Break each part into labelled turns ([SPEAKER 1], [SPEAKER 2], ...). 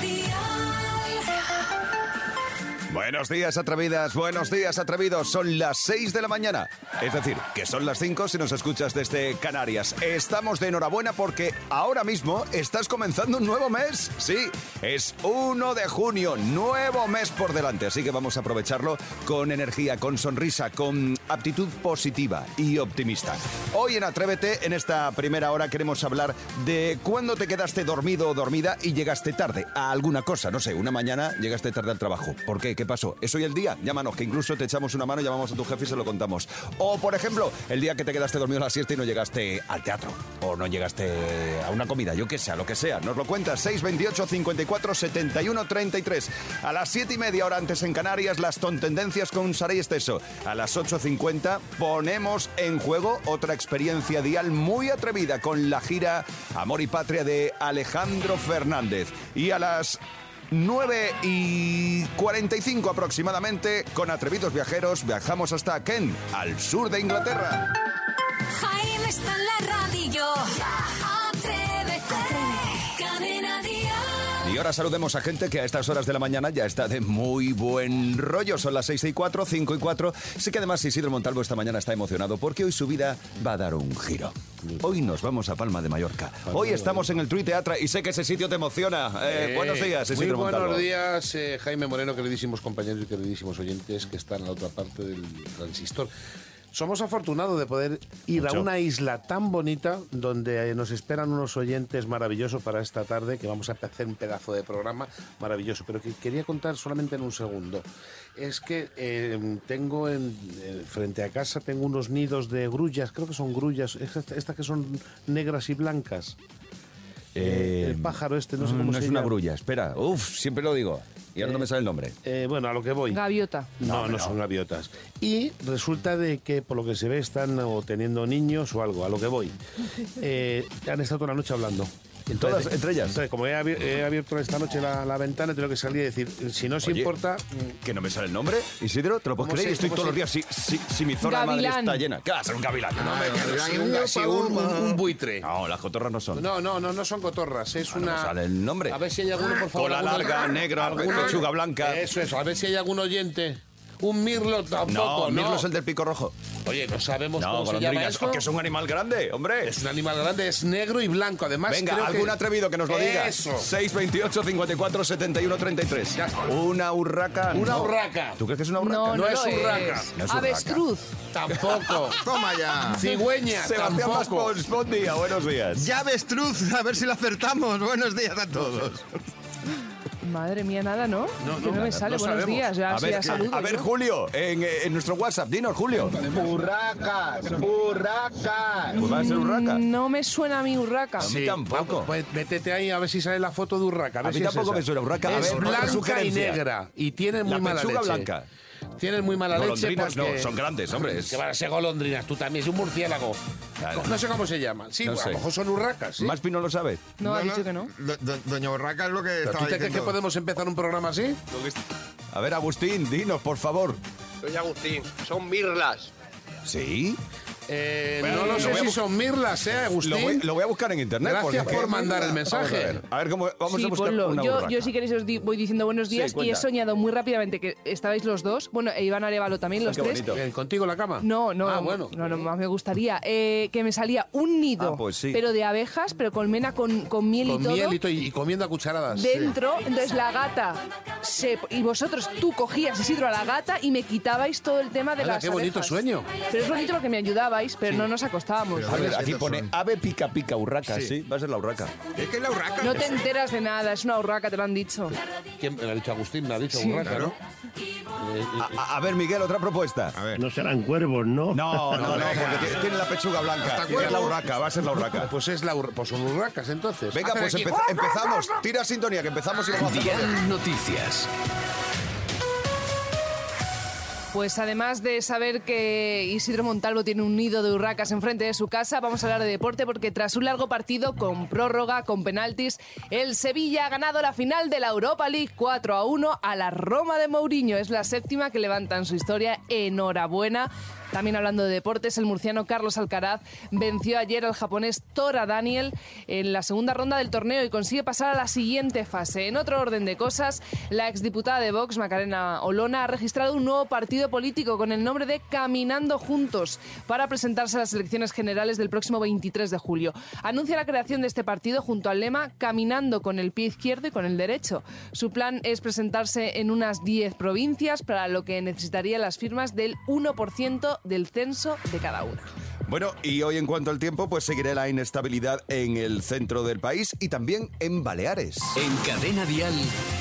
[SPEAKER 1] Dial. Buenos días, atrevidas. Buenos días, atrevidos. Son las 6 de la mañana. Es decir, que son las 5 si nos escuchas desde Canarias. Estamos de enhorabuena porque ahora mismo estás comenzando un nuevo mes. Sí, es 1 de junio, nuevo mes por delante. Así que vamos a aprovecharlo con energía, con sonrisa, con aptitud positiva y optimista. Hoy en Atrévete, en esta primera hora, queremos hablar de cuándo te quedaste dormido o dormida y llegaste tarde a alguna cosa. No sé, una mañana llegaste tarde al trabajo. ¿Por qué? ¿Qué pasó? ¿Es hoy el día? Llámanos, que incluso te echamos una mano, llamamos a tu jefe y se lo contamos. O, por ejemplo, el día que te quedaste dormido a la siesta y no llegaste al teatro. O no llegaste a una comida, yo que sea, lo que sea. Nos lo cuentas, 628 54 71 33. A las 7 y media, hora antes en Canarias, las tontendencias con Saray Esteso. A las 8.50 ponemos en juego otra experiencia dial muy atrevida con la gira Amor y Patria de Alejandro Fernández. Y a las 9 y 45 aproximadamente, con atrevidos viajeros, viajamos hasta Kent, al sur de Inglaterra.
[SPEAKER 2] Jaime está en la radio. Atrévete. Atrévete.
[SPEAKER 1] Y ahora saludemos a gente que a estas horas de la mañana ya está de muy buen rollo. Son las 6 y 4, 5 y 4. Sé que además Isidro Montalvo esta mañana está emocionado porque hoy su vida va a dar un giro. Hoy nos vamos a Palma de Mallorca. Hoy estamos en el True Teatra y sé que ese sitio te emociona. Eh, eh, buenos días, Isidro
[SPEAKER 3] muy buenos
[SPEAKER 1] Montalvo.
[SPEAKER 3] días, eh, Jaime Moreno, queridísimos compañeros y queridísimos oyentes que están en la otra parte del transistor. Somos afortunados de poder ir Mucho. a una isla tan bonita donde eh, nos esperan unos oyentes maravillosos para esta tarde, que vamos a hacer un pedazo de programa maravilloso, pero que quería contar solamente en un segundo. Es que eh, tengo en, eh, frente a casa tengo unos nidos de grullas, creo que son grullas, estas, estas que son negras y blancas. Eh, el pájaro este, no sé cómo
[SPEAKER 1] Em, mm, no
[SPEAKER 3] se
[SPEAKER 1] es
[SPEAKER 3] llama.
[SPEAKER 1] una grulla, espera, uff, siempre lo digo. Y ahora no me sale el nombre.
[SPEAKER 3] Eh, bueno, a lo que voy.
[SPEAKER 4] Gaviota.
[SPEAKER 3] No, no, no, son gaviotas. Y resulta de que, por lo que se ve, están o teniendo niños o algo, a lo que voy. Eh, han estado toda la noche hablando.
[SPEAKER 1] Entonces, ¿Todas entre ellas?
[SPEAKER 3] Entonces, como he abierto, he abierto esta noche la, la, ventana, tengo que salir y decir, si no os
[SPEAKER 1] Oye,
[SPEAKER 3] importa...
[SPEAKER 1] ¿Que no me sale el nombre? Isidro, ¿te lo puedes creer? Estoy todos los días, si, si, si mi zona madre está llena. ¿Qué va a ser un gavilán?
[SPEAKER 3] no, me quedo, si un, un, un, buitre.
[SPEAKER 1] No, las cotorras no son.
[SPEAKER 3] No, no, no, no son cotorras, es
[SPEAKER 1] ah,
[SPEAKER 3] una...
[SPEAKER 1] No me sale el nombre.
[SPEAKER 3] A ver si hay alguno, Ah, por favor.
[SPEAKER 1] Cola larga, negra, lechuga blanca.
[SPEAKER 3] Eso, eso, a ver si hay algún oyente... Un mirlo tampoco,
[SPEAKER 1] ¿no? mirlo no. es el del pico rojo.
[SPEAKER 3] Oye, no sabemos no, cómo se llama esto.
[SPEAKER 1] "Oh, que es un animal grande, hombre.
[SPEAKER 3] Es un animal grande, es negro y blanco, además.
[SPEAKER 1] Venga,
[SPEAKER 3] creo
[SPEAKER 1] algún que... atrevido que nos lo diga.
[SPEAKER 3] Eso.
[SPEAKER 1] 628 54 71 33. Ya está. Una urraca.
[SPEAKER 3] Una urraca.
[SPEAKER 1] No. ¿Tú crees que es una urraca?
[SPEAKER 3] No, no, es urraca.
[SPEAKER 4] Es Avestruz.
[SPEAKER 3] Tampoco.
[SPEAKER 5] Toma ya.
[SPEAKER 3] Cigüeña.
[SPEAKER 1] Sebastián Maspons, buen día, buenos días.
[SPEAKER 5] Ya avestruz, a ver si lo acertamos. Buenos días a todos.
[SPEAKER 4] Madre mía, nada, ¿no? No, no, no me sale. No Buenos sabemos. días, ya,
[SPEAKER 1] a
[SPEAKER 4] ver,
[SPEAKER 1] ya saludo, a, a ver Julio, en, eh, en, nuestro WhatsApp, dinos, Julio.
[SPEAKER 6] Urracas, urracas.
[SPEAKER 1] Pues va a ser urraca.
[SPEAKER 3] Mm,
[SPEAKER 4] No me suena a mí urraca.
[SPEAKER 1] Sí, a mí tampoco.
[SPEAKER 3] Va, pues métete ahí a ver si sale la foto de urraca. A, ver
[SPEAKER 1] a mí
[SPEAKER 3] si
[SPEAKER 1] tampoco
[SPEAKER 3] es
[SPEAKER 1] me suena urraca.
[SPEAKER 3] Es
[SPEAKER 1] a ver,
[SPEAKER 3] blanca y negra. Y tiene muy
[SPEAKER 1] la
[SPEAKER 3] mala leche.
[SPEAKER 1] blanca.
[SPEAKER 3] Tienen muy mala leche
[SPEAKER 1] porque... no, son grandes, hombre.
[SPEAKER 3] Que van a ser golondrinas, tú también, es un murciélago. Claro. No sé cómo se llaman. Sí, no a lo mejor son urracas. ¿sí?
[SPEAKER 1] Más Pino lo sabe.
[SPEAKER 4] No, no ha dicho no. que no.
[SPEAKER 5] Do, do, doña Urraca es lo que
[SPEAKER 3] estaba ¿Tú te crees que podemos empezar un programa así?
[SPEAKER 1] A ver, Agustín, dinos, por favor.
[SPEAKER 7] Soy Agustín, son mirlas.
[SPEAKER 1] ¿Sí?
[SPEAKER 3] Eh, bueno, no lo, lo sé si son mirlas, ¿eh, Agustín?
[SPEAKER 1] Lo voy, lo voy, a buscar en internet.
[SPEAKER 3] Gracias por mandar el mensaje.
[SPEAKER 1] A ver, a ver cómo, vamos
[SPEAKER 4] sí,
[SPEAKER 1] a buscar
[SPEAKER 4] ponlo.
[SPEAKER 1] una
[SPEAKER 4] yo, yo, si queréis, os di, voy diciendo buenos días sí, y he soñado muy rápidamente que estabais los dos. Bueno, e Iván Arevalo también, los
[SPEAKER 1] Qué
[SPEAKER 4] tres.
[SPEAKER 1] Bonito.
[SPEAKER 3] ¿Contigo en la cama?
[SPEAKER 4] No, no.
[SPEAKER 3] Ah, bueno.
[SPEAKER 4] No, no, más me gustaría. Eh, que me salía un nido,
[SPEAKER 1] ah, pues sí.
[SPEAKER 4] pero de abejas, pero colmena con, con miel
[SPEAKER 3] con
[SPEAKER 4] y todo.
[SPEAKER 3] Miel y, to y, comiendo a cucharadas.
[SPEAKER 4] Dentro, entonces la gata. Se, y vosotros, tú cogías Isidro a la gata y me quitabais todo el tema de
[SPEAKER 3] Anda,
[SPEAKER 4] las
[SPEAKER 3] qué bonito
[SPEAKER 4] abejas.
[SPEAKER 3] sueño.
[SPEAKER 4] Pero es bonito porque me ayudabais, pero no nos acostábamos.
[SPEAKER 1] A ver, aquí pone ave pica pica urraca, sí. sí, va a ser la urraca.
[SPEAKER 5] Es que es la urraca.
[SPEAKER 4] No te enteras de nada, es una urraca, te lo han dicho.
[SPEAKER 3] ¿Quién me lo ha dicho Agustín? Me ha dicho sí. urraca,
[SPEAKER 5] Claro.
[SPEAKER 1] ¿no? A, a, ver, Miguel, otra propuesta.
[SPEAKER 8] A ver. No serán cuervos, ¿no?
[SPEAKER 1] No, no, no, porque tiene la pechuga blanca. Es la urraca, va a ser la urraca.
[SPEAKER 3] Pues, es la ur pues son urracas, entonces.
[SPEAKER 1] Venga,
[SPEAKER 3] Hacer
[SPEAKER 1] pues empe empezamos. Tira sintonía, que empezamos y vamos a
[SPEAKER 9] hacer. Noticias.
[SPEAKER 4] Pues además de saber que Isidro Montalvo tiene un nido de urracas enfrente de su casa, vamos a hablar de deporte porque tras un largo partido con prórroga, con penaltis, el Sevilla ha ganado la final de la Europa League 4 a 1 a la Roma de Mourinho. Es la séptima que levanta en su historia. Enhorabuena También hablando de deportes, el murciano Carlos Alcaraz venció ayer al japonés Tora Daniel en la segunda ronda del torneo y consigue pasar a la siguiente fase. En otro orden de cosas, la exdiputada de Vox, Macarena Olona, ha registrado un nuevo partido político con el nombre de Caminando Juntos para presentarse a las elecciones generales del próximo 23 de julio. Anuncia la creación de este partido junto al lema Caminando con el pie izquierdo y con el derecho. Su plan es presentarse en unas 10 provincias, para lo que necesitaría las firmas del 1% del censo de cada una.
[SPEAKER 1] Bueno, y hoy en cuanto al tiempo, pues seguiré la inestabilidad en el centro del país y también en Baleares.
[SPEAKER 9] En cadena dial,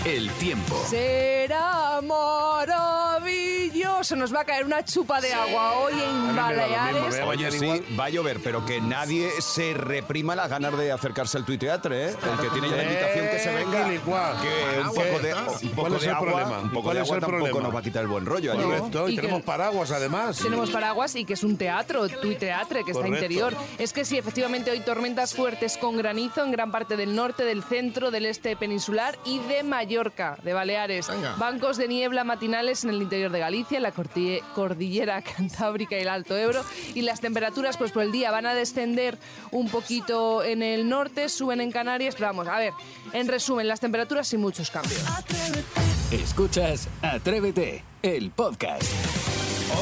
[SPEAKER 9] el tiempo.
[SPEAKER 4] Será maravilloso. Nos va a caer una chupa de agua hoy en Baleares.
[SPEAKER 1] Oye, sí, va a llover, pero que nadie se reprima las ganas de acercarse al tuiteatro, ¿eh? El que tiene ya la invitación que se venga.
[SPEAKER 3] Eh, Guilicuá.
[SPEAKER 1] Que un poco de, un poco
[SPEAKER 3] ¿Cuál es
[SPEAKER 1] de
[SPEAKER 3] el
[SPEAKER 1] agua,
[SPEAKER 3] problema?
[SPEAKER 1] un poco
[SPEAKER 3] ¿Cuál
[SPEAKER 1] de
[SPEAKER 3] es
[SPEAKER 1] agua
[SPEAKER 3] el
[SPEAKER 1] tampoco
[SPEAKER 3] problema?
[SPEAKER 1] nos va a quitar el buen rollo. allí.
[SPEAKER 3] Correcto,
[SPEAKER 4] Y
[SPEAKER 3] y
[SPEAKER 4] que-
[SPEAKER 3] tenemos paraguas además.
[SPEAKER 4] Tenemos paraguas y que es un teatro, tuiteatre, que está
[SPEAKER 3] Correcto.
[SPEAKER 4] interior. Es que sí, efectivamente, hoy tormentas fuertes con granizo en gran parte del norte, del centro, del este peninsular y de Mallorca, de Baleares.
[SPEAKER 5] Venga.
[SPEAKER 4] Bancos de niebla matinales en el interior de Galicia, en la corti- cordillera cantábrica y el Alto Ebro. Y las temperaturas, pues por el día, van a descender un poquito en el norte, suben en Canarias, pero vamos, a ver, en resumen, las temperaturas sin muchos cambios.
[SPEAKER 9] Escuchas Atrévete, el podcast.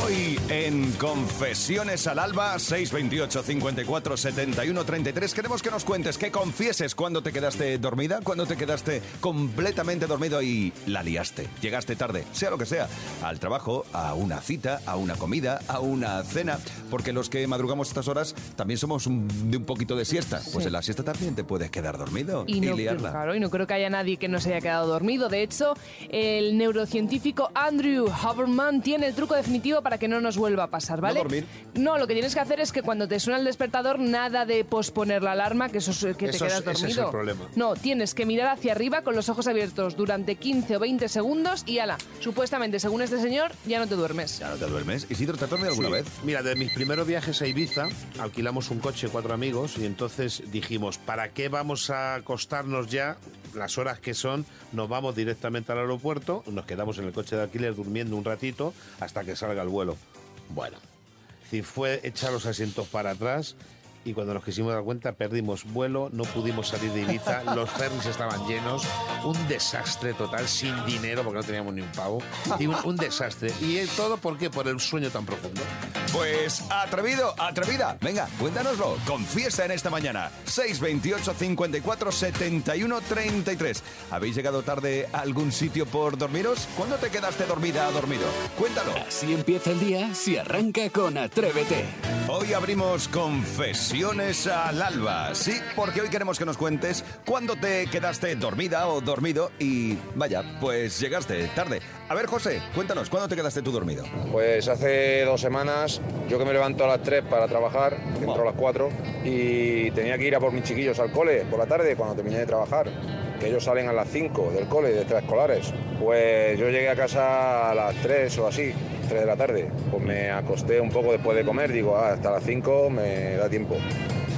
[SPEAKER 1] Hoy en Confesiones al Alba, 628 54 71 33, queremos que nos cuentes, que confieses cuando te quedaste dormida, cuando te quedaste completamente dormido y la liaste. Llegaste tarde, sea lo que sea, al trabajo, a una cita, a una comida, a una cena, porque los que madrugamos estas horas también somos un- de un poquito de siesta. Pues en la siesta también te puedes quedar dormido y,
[SPEAKER 4] Y no, creo,
[SPEAKER 1] liarla.
[SPEAKER 4] claro, y no creo que haya nadie que no se haya quedado dormido. De hecho, el neurocientífico Andrew Haberman tiene el truco definitivo para que no nos vuelva a pasar, ¿vale?
[SPEAKER 1] dormir.
[SPEAKER 4] No, lo que tienes que hacer es que cuando te suena el despertador, nada de posponer la alarma, que eso es que te
[SPEAKER 3] Eso es-
[SPEAKER 4] quedas
[SPEAKER 3] ese es
[SPEAKER 4] dormido.
[SPEAKER 3] el problema.
[SPEAKER 4] No, tienes que mirar hacia arriba con los ojos abiertos durante 15 o 20 segundos y ala, supuestamente, según este señor, ya no te duermes.
[SPEAKER 1] Ya no te duermes. Isidro, ¿te has dormido alguna vez?
[SPEAKER 3] Mira, de mis primeros viajes a Ibiza, alquilamos un coche cuatro amigos y entonces dijimos, ¿para qué vamos a acostarnos ya? Las horas que son, nos vamos directamente al aeropuerto, nos quedamos en el coche de alquiler durmiendo un ratito hasta que salga el vuelo. Bueno, si fue echar los asientos para atrás y cuando nos quisimos dar cuenta perdimos vuelo, no pudimos salir de Ibiza, los ferries estaban llenos, un desastre total, sin dinero porque no teníamos ni un pavo, y un, un desastre. ¿Y eh, todo por qué? Por el sueño tan profundo.
[SPEAKER 1] Pues atrevido, atrevida. Venga, cuéntanoslo. Confiesa en esta mañana. 628 54 71 33. ¿Habéis llegado tarde a algún sitio por dormiros? ¿Cuándo te quedaste dormida o dormido? Cuéntalo.
[SPEAKER 9] Así empieza el día si arranca con Atrévete.
[SPEAKER 1] Hoy abrimos confesiones al alba. Sí, porque hoy queremos que nos cuentes cuándo te quedaste dormida o dormido y vaya, pues llegaste tarde. A ver, José, cuéntanos, ¿cuándo te quedaste tú dormido?
[SPEAKER 7] Pues hace dos semanas, yo que me levanto a las 3 para trabajar, entro a las 4 y tenía que ir a por mis chiquillos al cole por la tarde cuando terminé de trabajar, que ellos salen a las 5 del cole de extraescolares. Pues yo llegué a casa a las 3 o así, 3 de la tarde. Pues me acosté un poco después de comer, digo, "Ah, hasta las 5 me da tiempo.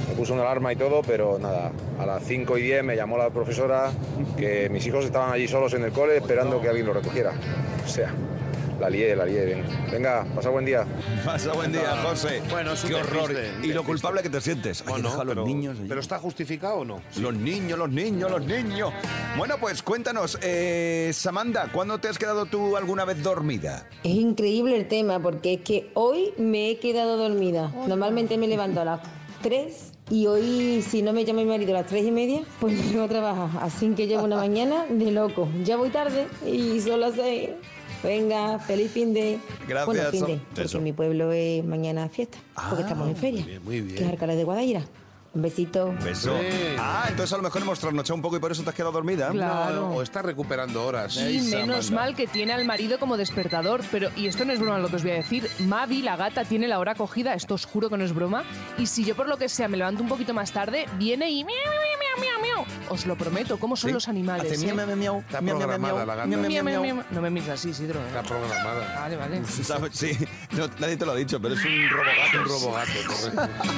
[SPEAKER 7] Me puse una alarma y todo, pero nada, a las 5 y 10 me llamó la profesora que mis hijos estaban allí solos en el cole esperando que alguien los recogiera. O sea, la lié, la lié. Venga, venga pasa buen día.
[SPEAKER 1] Pasa buen día, José.
[SPEAKER 3] Bueno, es un
[SPEAKER 1] Qué horror.
[SPEAKER 3] despiste, un
[SPEAKER 1] y lo
[SPEAKER 3] despiste.
[SPEAKER 1] culpable que te sientes. Ay,
[SPEAKER 3] Bueno,
[SPEAKER 1] deja a los
[SPEAKER 3] pero-
[SPEAKER 1] niños. allí.
[SPEAKER 3] ¿Pero está justificado o no?
[SPEAKER 1] Los niños, los niños, los niños. Bueno, pues cuéntanos, eh, Samanda, ¿cuándo te has quedado tú alguna vez dormida?
[SPEAKER 10] Es increíble el tema porque es que hoy me he quedado dormida. Normalmente me levanto a las 3 y hoy si no me llama mi marido a las 3 y media, pues me voy a trabajar. Así que llevo una mañana de loco. Ya voy tarde y son las 6. Venga, feliz fin de...
[SPEAKER 1] Gracias,
[SPEAKER 10] Bueno, fin de,
[SPEAKER 1] eso.
[SPEAKER 10] porque en mi pueblo es mañana fiesta, porque estamos en feria.
[SPEAKER 3] bien, Ah, muy bien.
[SPEAKER 10] Que es Alcalá de Guadaira. Un besito.
[SPEAKER 1] Beso.
[SPEAKER 3] Sí.
[SPEAKER 1] Ah, entonces a lo mejor hemos trasnochado un poco y por eso te has quedado dormida.
[SPEAKER 4] Claro.
[SPEAKER 3] No, o está recuperando horas.
[SPEAKER 4] Y menos mal que tiene al marido como despertador, pero, y esto no es broma lo que os voy a decir, Mavi, la gata, tiene la hora cogida, esto os juro que no es broma, y si yo por lo que sea me levanto un poquito más tarde, viene y miau, miau, miau, miau, miau. Os lo prometo, ¿cómo son
[SPEAKER 1] Sí.
[SPEAKER 4] los animales?
[SPEAKER 1] Hace
[SPEAKER 4] eh?
[SPEAKER 1] miau, miau, miau,
[SPEAKER 3] Está
[SPEAKER 1] miau, miau,
[SPEAKER 3] programada
[SPEAKER 1] miau,
[SPEAKER 3] la gata.
[SPEAKER 1] miau, miau,
[SPEAKER 4] Miau, miau,
[SPEAKER 1] miau.
[SPEAKER 4] miau. No me mires así, Sidro. eh.
[SPEAKER 3] Está programada.
[SPEAKER 4] Vale, vale.
[SPEAKER 1] Sí, no, nadie te lo ha dicho, pero es un robogato.
[SPEAKER 3] Un robogato, correcto.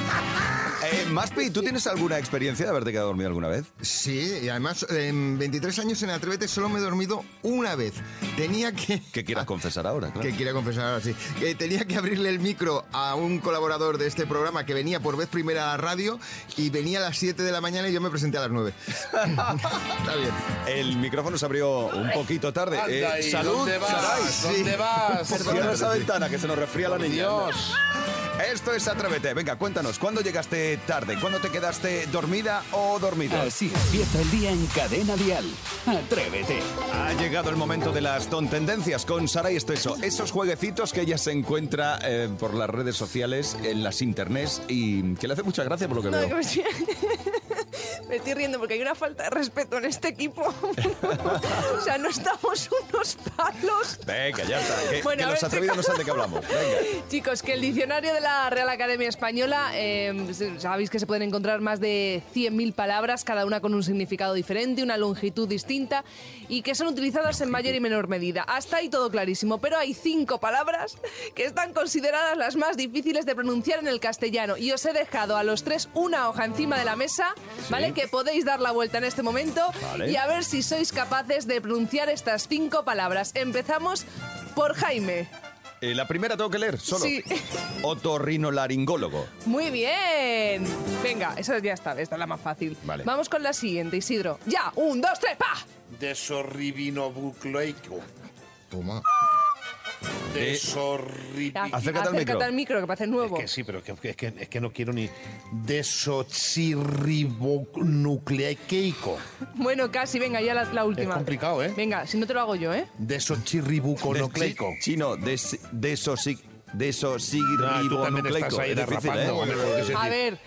[SPEAKER 1] Eh, Maspi, ¿tú tienes alguna experiencia de haberte quedado dormido alguna vez?
[SPEAKER 5] Sí, y además en 23 años en Atrévete solo me he dormido una vez. Tenía que...
[SPEAKER 1] Que quieras
[SPEAKER 3] Ah.
[SPEAKER 1] confesar ahora, claro.
[SPEAKER 5] Que quiera confesar ahora, sí. Que tenía que abrirle el micro a un colaborador de este programa que venía por vez primera a la radio y venía a las 7 de la mañana y yo me presenté a las 9. Está bien.
[SPEAKER 1] El micrófono se abrió un poquito tarde.
[SPEAKER 3] Anda
[SPEAKER 1] Eh,
[SPEAKER 3] ahí,
[SPEAKER 1] salud,
[SPEAKER 3] ¿dónde vas?
[SPEAKER 1] Saray.
[SPEAKER 3] ¿Dónde vas?
[SPEAKER 1] Cierra esa ventana que se nos refría la
[SPEAKER 3] Por
[SPEAKER 1] niña.
[SPEAKER 3] Dios.
[SPEAKER 1] Esto es Atrévete. Venga, cuéntanos, ¿cuándo llegaste tarde? ¿Cuándo te quedaste dormida o dormido?
[SPEAKER 4] Ah,
[SPEAKER 9] Así empieza el día en Cadena Dial. Atrévete.
[SPEAKER 1] Ha llegado el momento de las tontendencias con Sara y Esteso. Esos jueguecitos que ella se encuentra eh, por las redes sociales, en las internets y que le hace mucha gracia por lo que
[SPEAKER 4] No, que
[SPEAKER 1] veo.
[SPEAKER 4] me, estoy, me estoy riendo porque hay una falta de respeto en este equipo. o sea, no estamos unos palos.
[SPEAKER 1] Venga, ya está. Que,
[SPEAKER 4] Bueno,
[SPEAKER 1] que
[SPEAKER 4] a
[SPEAKER 1] los
[SPEAKER 4] ver,
[SPEAKER 1] atrevidos no saben de qué hablamos. Venga.
[SPEAKER 4] Chicos, que el diccionario de la Real Academia Española, eh, sabéis que se pueden encontrar más de 100.000 palabras, cada una con un significado diferente, una longitud distinta, y que son utilizadas en mayor y menor medida. Hasta ahí todo clarísimo, pero hay cinco palabras que están consideradas las más difíciles de pronunciar en el castellano. Y os he dejado a los tres una hoja encima de la mesa, ¿vale? Que podéis dar la vuelta en este momento
[SPEAKER 1] Vale.
[SPEAKER 4] y a ver si sois capaces de pronunciar estas cinco palabras. Empezamos por Jaime.
[SPEAKER 1] Eh, la primera tengo que leer solo.
[SPEAKER 4] Sí.
[SPEAKER 1] Otorrinolaringólogo.
[SPEAKER 4] Muy bien. Venga, esa ya está, esta es la más fácil.
[SPEAKER 1] Vale.
[SPEAKER 4] Vamos con la siguiente, Isidro. Ya, un, dos, tres, ¡pa!
[SPEAKER 3] Desorribinobucloico.
[SPEAKER 5] Toma.
[SPEAKER 1] Eh.
[SPEAKER 4] Ac-
[SPEAKER 3] Desorribinobucloico.
[SPEAKER 1] Acércate al micro.
[SPEAKER 4] que parece nuevo.
[SPEAKER 3] Es que sí, pero que- que- es que, es que no quiero ni desochirribonucleico.
[SPEAKER 4] Bueno, casi, venga, ya la, la última.
[SPEAKER 3] Es complicado, ¿eh?
[SPEAKER 4] Venga, si no te lo hago yo, ¿eh?
[SPEAKER 3] Desochirribuconucleico.
[SPEAKER 1] Des- Chino, des, desosig,
[SPEAKER 3] Ah, tú también
[SPEAKER 1] desosirribonucleico.
[SPEAKER 3] estás ahí
[SPEAKER 1] Es difícil,
[SPEAKER 3] derrapando,
[SPEAKER 1] ¿eh?
[SPEAKER 3] hombre, porque se-
[SPEAKER 4] A ver,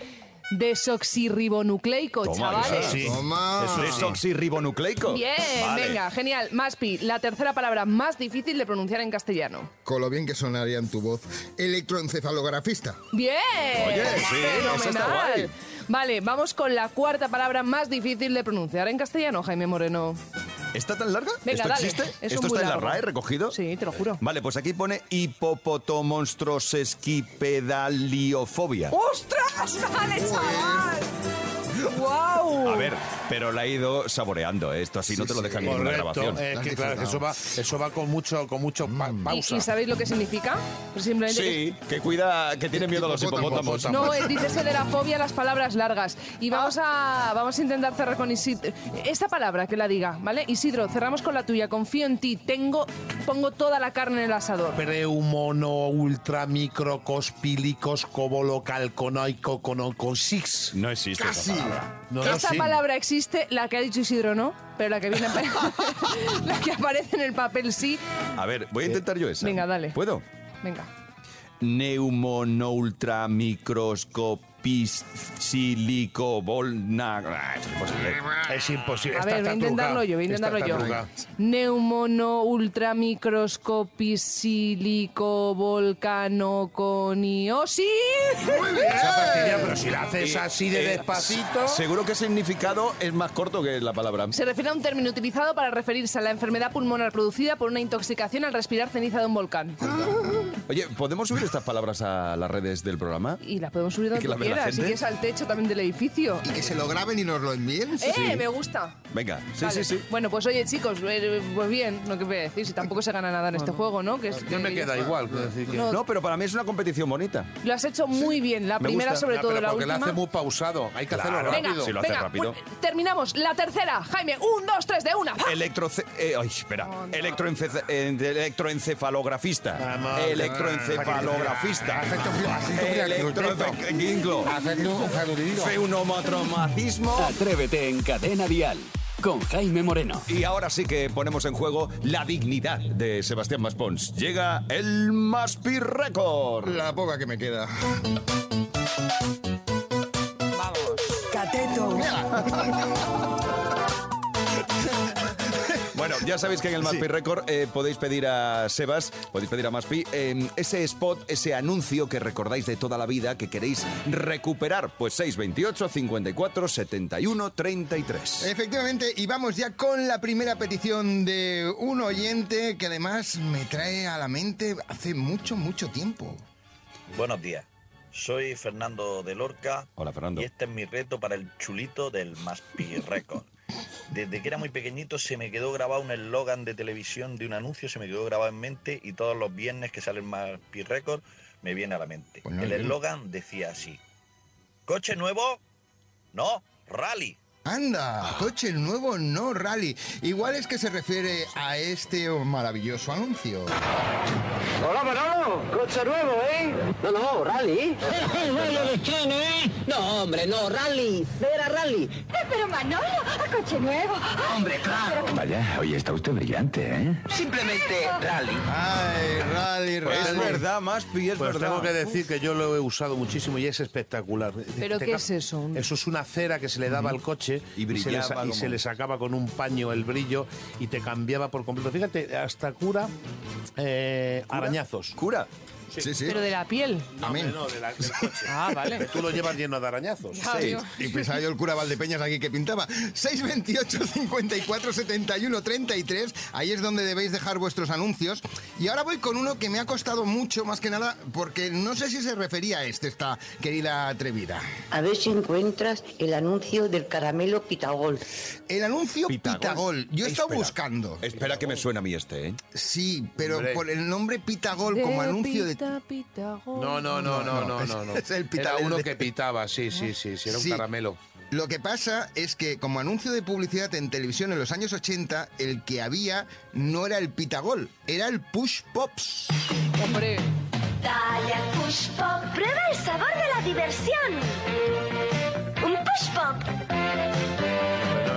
[SPEAKER 4] desoxirribonucleico,
[SPEAKER 1] Toma,
[SPEAKER 4] chavales.
[SPEAKER 1] esa
[SPEAKER 3] Sí.
[SPEAKER 5] Toma.
[SPEAKER 3] Eso sí.
[SPEAKER 1] Desoxirribonucleico.
[SPEAKER 4] Bien,
[SPEAKER 1] Ah. Vale.
[SPEAKER 4] venga, genial. Maspi, la tercera palabra más difícil de pronunciar en castellano.
[SPEAKER 5] Con lo bien que sonaría en tu voz. Electroencefalografista.
[SPEAKER 4] Bien.
[SPEAKER 1] Oye, sí, eso está guay.
[SPEAKER 4] Vale, vamos con la cuarta palabra más difícil de pronunciar en castellano, Jaime Moreno.
[SPEAKER 1] ¿Está tan larga?
[SPEAKER 4] Venga,
[SPEAKER 1] ¿Esto
[SPEAKER 4] dale.
[SPEAKER 1] existe?
[SPEAKER 4] Eso es
[SPEAKER 1] ¿Esto
[SPEAKER 4] muy
[SPEAKER 1] está en la
[SPEAKER 4] largo.
[SPEAKER 1] RAE recogido?
[SPEAKER 4] Sí, te lo juro.
[SPEAKER 1] Vale, pues aquí pone hipopotomonstrosesquipedaliofobia.
[SPEAKER 4] Uh. ¡Ostras! ¡Vale, chaval! ¡Guau!
[SPEAKER 1] A ver, pero la he ido saboreando. ¿eh? Esto así no te lo dejan en ninguna
[SPEAKER 3] Correcto,
[SPEAKER 1] grabación.
[SPEAKER 3] es
[SPEAKER 5] Has
[SPEAKER 3] que claro, Mm. que eso va, eso va con mucho, con mucho pa-
[SPEAKER 4] ¿Y,
[SPEAKER 3] pausa.
[SPEAKER 4] y sabéis lo que significa? Pues simplemente que-
[SPEAKER 1] Sí, que cuida, que tiene miedo a los
[SPEAKER 5] Hipopótamo,
[SPEAKER 1] hipopótamos.
[SPEAKER 4] No, es, dice ese de la fobia a las palabras largas. Y vamos
[SPEAKER 1] Ah.
[SPEAKER 4] a, vamos a intentar cerrar con Isidro. Esta palabra, que la diga, ¿vale? Isidro, cerramos con la tuya. Confío en ti. Tengo, pongo toda la carne en el asador.
[SPEAKER 3] Preumono ultramicrocospílicos cobolocalconoico conocosis.
[SPEAKER 1] No existe esa palabra.
[SPEAKER 3] No,
[SPEAKER 4] Esta
[SPEAKER 3] sí.
[SPEAKER 4] palabra existe, la que ha dicho Isidro no, pero la que viene en- la que aparece en el papel sí.
[SPEAKER 1] A ver, voy a intentar yo esa.
[SPEAKER 4] Venga, dale.
[SPEAKER 1] ¿Puedo?
[SPEAKER 4] Venga.
[SPEAKER 1] Neumonoultramicroscopisilicobol- Ah, Es imposible.
[SPEAKER 3] Es imposible.
[SPEAKER 4] A
[SPEAKER 3] Esta
[SPEAKER 4] ver, voy a
[SPEAKER 3] está
[SPEAKER 4] intentarlo
[SPEAKER 3] trucada.
[SPEAKER 4] yo, voy a
[SPEAKER 3] Esta
[SPEAKER 4] intentarlo
[SPEAKER 3] está
[SPEAKER 4] yo.
[SPEAKER 3] trucada.
[SPEAKER 4] Neumono ultramicroscopisilicobol- volcanoconiosis.
[SPEAKER 5] Eh,
[SPEAKER 3] Esa pastilla, pero si la haces así de
[SPEAKER 1] Eh,
[SPEAKER 3] despacito.
[SPEAKER 1] Seguro que el significado es más corto que la palabra.
[SPEAKER 4] Se refiere a un término utilizado para referirse a la enfermedad pulmonar producida por una intoxicación al respirar ceniza de un volcán.
[SPEAKER 1] Oye, ¿podemos subir estas palabras a las redes del programa?
[SPEAKER 4] Y la podemos subir donde
[SPEAKER 1] que la ve la
[SPEAKER 4] quieras, si
[SPEAKER 1] gente.
[SPEAKER 4] quieres al techo también del edificio.
[SPEAKER 5] Y que se lo graben y nos lo envíen.
[SPEAKER 4] ¡Eh! Me gusta.
[SPEAKER 1] Venga, sí,
[SPEAKER 4] Vale.
[SPEAKER 1] sí, sí.
[SPEAKER 4] Bueno, pues oye, chicos, eh, pues bien, no que voy a decir, si tampoco se gana nada en este juego, ¿no? Que es
[SPEAKER 3] Yo
[SPEAKER 4] que-
[SPEAKER 3] me queda igual. quiero decir que-
[SPEAKER 1] No, pero para mí es una competición bonita.
[SPEAKER 4] Lo has hecho muy bien, la
[SPEAKER 1] Me
[SPEAKER 4] primera
[SPEAKER 1] gusta.
[SPEAKER 4] sobre
[SPEAKER 3] No,
[SPEAKER 4] todo,
[SPEAKER 3] pero
[SPEAKER 4] la
[SPEAKER 3] porque
[SPEAKER 4] última.
[SPEAKER 3] lo hace muy pausado. Hay que hacerlo
[SPEAKER 1] Claro.
[SPEAKER 3] rápido.
[SPEAKER 4] Venga,
[SPEAKER 1] Si lo hace
[SPEAKER 4] venga,
[SPEAKER 1] rápido.
[SPEAKER 4] pu- terminamos. La tercera, Jaime, un, dos, tres, de una. ¡Va!
[SPEAKER 1] Electroce eh, ay, espera. Electroence- eh, electroencefalografista.
[SPEAKER 3] Vamos,
[SPEAKER 1] electroencefalografista.
[SPEAKER 3] Hacerte un- hacerte un-
[SPEAKER 1] Electroencefalografista.
[SPEAKER 3] Hacerte un saludito.
[SPEAKER 1] Feunomotromacismo.
[SPEAKER 9] Atrévete en Cadena Dial con Jaime Moreno.
[SPEAKER 1] Y ahora sí que ponemos en juego la dignidad de Sebastián Maspons. Llega el Maspi Record.
[SPEAKER 5] La poca que me queda.
[SPEAKER 11] Cateto.
[SPEAKER 1] Bueno, ya sabéis que en el Maspi Record eh, podéis pedir a Sebas, podéis pedir a Maspi, eh, ese spot, ese anuncio que recordáis de toda la vida que queréis recuperar. Pues 628 54 71 33.
[SPEAKER 5] Efectivamente, y vamos ya con la primera petición de un oyente que además me trae a la mente hace mucho, mucho tiempo.
[SPEAKER 12] Buenos días.
[SPEAKER 11] Soy Fernando de Lorca.
[SPEAKER 1] Hola, Fernando.
[SPEAKER 11] Y este es mi reto para el chulito del Maspi Record. Desde que era muy pequeñito se me quedó grabado un eslogan de televisión de un anuncio, se me quedó grabado en mente y todos los viernes que sale el Maspi Record me viene a la mente.
[SPEAKER 5] Pues no,
[SPEAKER 11] el
[SPEAKER 5] yo-
[SPEAKER 11] eslogan decía así. ¿Coche nuevo? No, rally.
[SPEAKER 5] Anda, coche nuevo no rally. Igual es que se refiere a este maravilloso anuncio.
[SPEAKER 12] Hola, Manolo. Coche nuevo, ¿eh? No, no, rally. bueno de Chano, ¿eh? No, hombre, no, rally. Era rally. pero Manolo, coche nuevo. Hombre, claro.
[SPEAKER 13] Vaya, hoy está usted brillante, ¿eh?
[SPEAKER 12] Simplemente rally.
[SPEAKER 5] Ay, rally,
[SPEAKER 13] Pues es
[SPEAKER 1] verdad, Maspi, es
[SPEAKER 3] Pues
[SPEAKER 1] verdad.
[SPEAKER 3] tengo que decir que yo lo he usado muchísimo y es espectacular.
[SPEAKER 4] ¿Pero
[SPEAKER 3] Te
[SPEAKER 4] qué
[SPEAKER 3] ca-
[SPEAKER 4] es eso?
[SPEAKER 3] Eso es una cera que se le daba al coche
[SPEAKER 1] Y
[SPEAKER 3] se, le, sa-
[SPEAKER 1] brillaba
[SPEAKER 3] y
[SPEAKER 1] como-
[SPEAKER 3] se le sacaba con un paño el brillo y te cambiaba por completo. Fíjate, hasta cura, eh, arañazos.
[SPEAKER 1] ¿Cura?
[SPEAKER 3] Sí,
[SPEAKER 4] Pero de la piel.
[SPEAKER 3] No, hombre, no, de la- del coche.
[SPEAKER 4] Ah, vale.
[SPEAKER 3] Que Tú lo llevas lleno de arañazos.
[SPEAKER 4] Ya, Sí. digo.
[SPEAKER 5] Y pensaba yo el cura Valdepeñas aquí que pintaba. 628 54 71 33. Ahí es donde debéis dejar vuestros anuncios. Y ahora voy con uno que me ha costado mucho, más que nada, porque no sé si se refería a este, esta querida atrevida.
[SPEAKER 10] A ver si encuentras el anuncio del caramelo Pitagol.
[SPEAKER 5] El anuncio Pitagol. Yo he estado
[SPEAKER 1] Espera.
[SPEAKER 5] buscando.
[SPEAKER 1] Espera que me suena a mí este, ¿eh?
[SPEAKER 5] Sí, pero
[SPEAKER 1] Hombre.
[SPEAKER 5] por el nombre Pitagol como anuncio de.
[SPEAKER 3] No, no, no, no, no, no. no.
[SPEAKER 5] Es el
[SPEAKER 3] Era
[SPEAKER 5] pitagol
[SPEAKER 3] uno
[SPEAKER 5] de-
[SPEAKER 3] que pitaba, sí, sí, sí, sí, era un
[SPEAKER 5] Sí.
[SPEAKER 3] caramelo.
[SPEAKER 5] Lo que pasa es que como anuncio de publicidad en televisión en los años 80, el que había no era el pitagol, era el push pops.
[SPEAKER 4] Hombre.
[SPEAKER 2] Dale al push pop. Prueba el sabor de la diversión. Un push pop.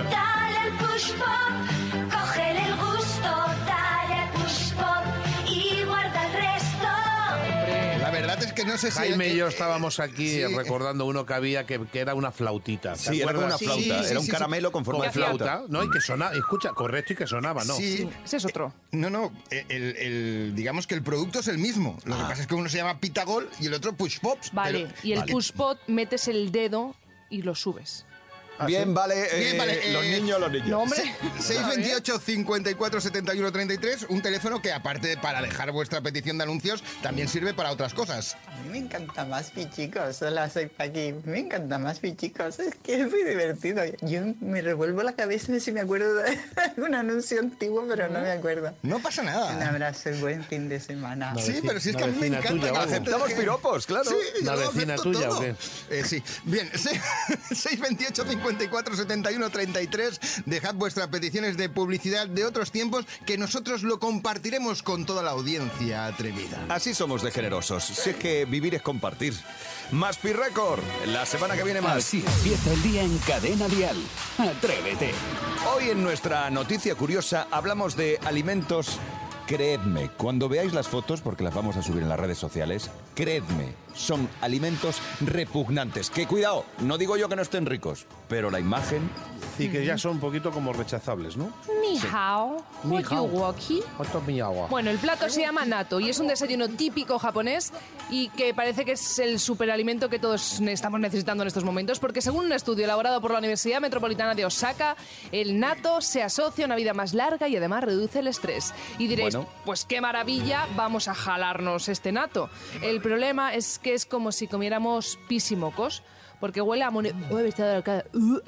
[SPEAKER 2] Dale al push pop. Cógele el gusto. Dale al push pop. Y guarda el resto.
[SPEAKER 5] La verdad es que eh, no sé si...
[SPEAKER 3] Jaime y yo estábamos aquí
[SPEAKER 5] sí.
[SPEAKER 3] recordando uno que había que, que era una flautita. ¿te
[SPEAKER 1] Sí, era como
[SPEAKER 3] acuerdas?
[SPEAKER 1] una flauta, Sí, sí, era un sí, sí. caramelo con forma de flauta.
[SPEAKER 3] ¿no? Y que sonaba, escucha, correcto, y que sonaba, ¿no?
[SPEAKER 5] Sí.
[SPEAKER 4] Ese es otro.
[SPEAKER 5] No, no, eh, el, el- digamos que el producto es el mismo. Lo que pasa es que uno se llama pitagol y el otro push pops.
[SPEAKER 4] Vale.
[SPEAKER 5] pero-
[SPEAKER 4] y el
[SPEAKER 5] Vale.
[SPEAKER 4] push pot metes el dedo y lo subes.
[SPEAKER 1] Bien, vale,
[SPEAKER 5] Bien,
[SPEAKER 1] eh,
[SPEAKER 5] vale,
[SPEAKER 1] los
[SPEAKER 5] eh,
[SPEAKER 1] niños, los niños.
[SPEAKER 4] No, hombre.
[SPEAKER 5] Se- 628 54 71 33, un teléfono que aparte de para dejar vuestra petición de anuncios, también sirve para otras cosas.
[SPEAKER 14] A mí me encanta más pichicos, hola, soy Paqui. Me encanta más pichicos, es que es muy divertido. Yo me revuelvo la cabeza si me acuerdo de algún anuncio antiguo, pero no me acuerdo.
[SPEAKER 5] No pasa nada.
[SPEAKER 14] Un abrazo y buen fin de semana.
[SPEAKER 5] Sí, pero si es que a mí me encanta. que la gente deje- Sí, yo lo acepto todo. Eh, sí. Bien, se- 628 54 71 33. Dejad vuestras peticiones de publicidad de otros tiempos que nosotros lo compartiremos con toda la audiencia atrevida.
[SPEAKER 1] Así somos de generosos. Sé que vivir es compartir. Más Pi Record. La semana que viene más.
[SPEAKER 9] Así empieza el día en Cadena Dial. Atrévete.
[SPEAKER 1] Hoy en nuestra noticia curiosa hablamos de alimentos. Creedme, cuando veáis las fotos, porque las vamos a subir en las redes sociales, creedme, son alimentos repugnantes. Que cuidado, no digo yo que no estén ricos, pero la imagen...
[SPEAKER 3] Sí, que ya son un poquito como rechazables, ¿no?
[SPEAKER 4] Ni hao.
[SPEAKER 3] Ni
[SPEAKER 4] What you
[SPEAKER 3] hao.
[SPEAKER 4] walkie?
[SPEAKER 3] Otro miagua.
[SPEAKER 4] Bueno, el plato se llama nato y es un desayuno típico japonés y que parece que es el superalimento que todos ne- estamos necesitando en estos momentos porque según un estudio elaborado por la Universidad Metropolitana de Osaka, el nato se asocia a una vida más larga y además reduce el estrés. Y diréis,
[SPEAKER 15] Bueno.
[SPEAKER 4] pues qué maravilla, vamos a jalarnos este nato. El problema es que es como si comiéramos pisimocos porque huele a...
[SPEAKER 1] Mm.
[SPEAKER 4] mone- Uy, me está dando la cara. Uh, uh,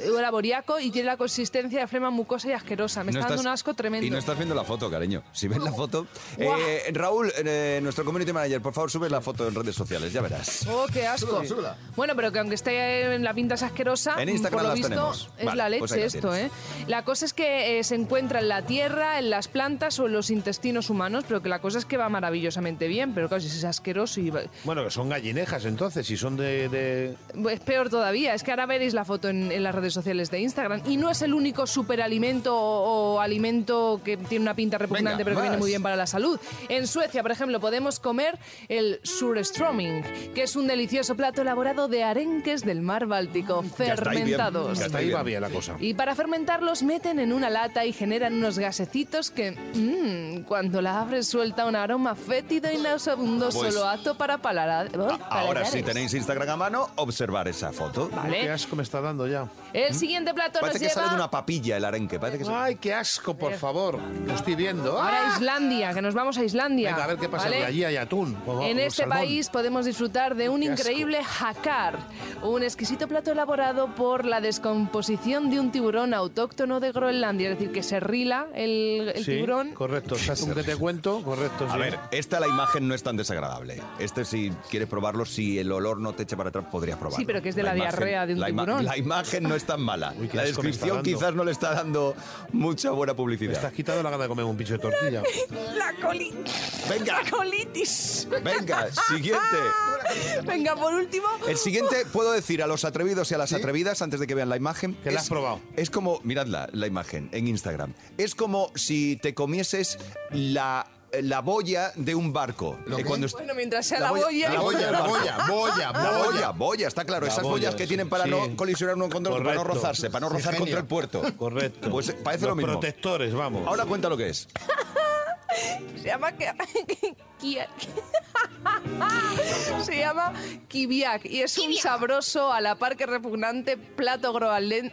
[SPEAKER 4] Huele a boriaco y tiene la consistencia de flema mucosa y asquerosa. Me
[SPEAKER 1] No
[SPEAKER 4] está dando
[SPEAKER 1] estás-
[SPEAKER 4] un asco tremendo.
[SPEAKER 1] Y no estás viendo la foto, cariño. Si ves la foto...
[SPEAKER 4] Guau.
[SPEAKER 1] Eh, Raúl, eh, nuestro community manager, por favor, sube la foto en redes sociales, ya verás.
[SPEAKER 4] Oh, qué asco.
[SPEAKER 1] Súbela, súbela.
[SPEAKER 4] Bueno, pero que aunque esté en la pinta es asquerosa,
[SPEAKER 1] En Instagram
[SPEAKER 4] por lo
[SPEAKER 1] las
[SPEAKER 4] visto
[SPEAKER 1] tenemos.
[SPEAKER 4] es
[SPEAKER 1] Vale,
[SPEAKER 4] la leche
[SPEAKER 1] pues ahí la
[SPEAKER 4] esto,
[SPEAKER 1] tienes.
[SPEAKER 4] ¿eh? La cosa es que eh, se encuentra en la tierra, en las plantas o en los intestinos humanos, pero que la cosa es que va maravillosamente bien, pero claro, si es asqueroso y va-
[SPEAKER 3] Bueno, que son gallinejas entonces, y son de... de-
[SPEAKER 4] es peor todavía. Es que ahora veréis la foto en, en las redes sociales de Instagram y no es el único superalimento o, o alimento que tiene una pinta
[SPEAKER 15] Venga,
[SPEAKER 4] repugnante pero que viene
[SPEAKER 15] más.
[SPEAKER 4] muy bien para la salud. En Suecia, por ejemplo, podemos comer el surströmming, que es un delicioso plato elaborado de arenques del mar Báltico
[SPEAKER 3] Ya está ahí bien,
[SPEAKER 4] fermentados.
[SPEAKER 3] ya está ahí va bien la cosa.
[SPEAKER 4] Y para fermentarlos meten en una lata y generan unos gasecitos que, mm, cuando la abres, suelta un aroma fétido y nauseabundo,
[SPEAKER 1] Pues-
[SPEAKER 4] solo apto para paladar.
[SPEAKER 1] Ah, Ahora, si
[SPEAKER 4] paladares.
[SPEAKER 1] tenéis Instagram a mano, observar esa foto.
[SPEAKER 4] Vale. Qué
[SPEAKER 3] asco me está dando ya.
[SPEAKER 4] El siguiente plato
[SPEAKER 1] Parece
[SPEAKER 4] nos
[SPEAKER 1] que
[SPEAKER 4] lleva...
[SPEAKER 1] sale de una papilla el arenque. Parece que sale-
[SPEAKER 3] Ay, qué asco, por favor. Lo estoy viendo.
[SPEAKER 4] Ahora
[SPEAKER 3] ¡Ah!
[SPEAKER 4] Islandia, que nos vamos a Islandia.
[SPEAKER 3] Venga, a ver qué pasa.
[SPEAKER 4] ¿vale?
[SPEAKER 3] porque Allí hay atún. o-
[SPEAKER 4] En
[SPEAKER 3] o
[SPEAKER 4] este
[SPEAKER 3] salmón.
[SPEAKER 4] país podemos disfrutar de un
[SPEAKER 3] Qué asco.
[SPEAKER 4] increíble jacar, un exquisito plato elaborado por la descomposición de un tiburón autóctono de Groenlandia, es decir, que se rila el, el
[SPEAKER 1] Sí.
[SPEAKER 4] tiburón.
[SPEAKER 3] Correcto, se hace un que te cuento, correcto.
[SPEAKER 1] A
[SPEAKER 3] sí.
[SPEAKER 1] ver, esta la imagen no es tan desagradable. Este si quieres probarlo, si el olor no te echa para atrás, podrías probarlo.
[SPEAKER 4] Sí, pero que es de la
[SPEAKER 1] imagen-
[SPEAKER 4] diarrea de un
[SPEAKER 1] la ima-
[SPEAKER 4] tiburón.
[SPEAKER 1] La imagen no es tan mala.
[SPEAKER 3] Uy, qué
[SPEAKER 1] la
[SPEAKER 3] asco me está
[SPEAKER 1] descripción
[SPEAKER 3] dando.
[SPEAKER 1] quizás no le está dando mucha buena publicidad.
[SPEAKER 3] Me estás quitando la gana de comer un pincho de tortilla.
[SPEAKER 4] La colitis.
[SPEAKER 1] Venga.
[SPEAKER 4] La colitis.
[SPEAKER 1] Venga, siguiente.
[SPEAKER 4] Venga, por último.
[SPEAKER 1] El siguiente, puedo decir a los atrevidos y a las atrevidas, antes de que vean la imagen. Que
[SPEAKER 3] la has probado.
[SPEAKER 1] Es como, miradla, la imagen en Instagram. Es como si te comieses la, la boya de un barco. Eh, cuando est-
[SPEAKER 4] Bueno, mientras sea la, boya.
[SPEAKER 1] la boya, la boya,
[SPEAKER 5] boya,
[SPEAKER 1] La boya, boya, está claro.
[SPEAKER 3] ah. La
[SPEAKER 1] Esas
[SPEAKER 3] boya,
[SPEAKER 1] boyas que
[SPEAKER 3] sí,
[SPEAKER 1] tienen para
[SPEAKER 3] sí.
[SPEAKER 1] no colisionar uno contra otro, para no
[SPEAKER 3] Correcto.
[SPEAKER 1] rozarse, para no
[SPEAKER 3] Sí,
[SPEAKER 1] rozar
[SPEAKER 3] genio.
[SPEAKER 1] contra el puerto.
[SPEAKER 3] Correcto.
[SPEAKER 1] Pues eh, parece
[SPEAKER 3] Los
[SPEAKER 1] lo mismo.
[SPEAKER 3] protectores, vamos.
[SPEAKER 1] Ahora cuenta lo que es.
[SPEAKER 4] Se llama que- kia- Se llama kibiak y es un sabroso a la par que repugnante plato groenlen-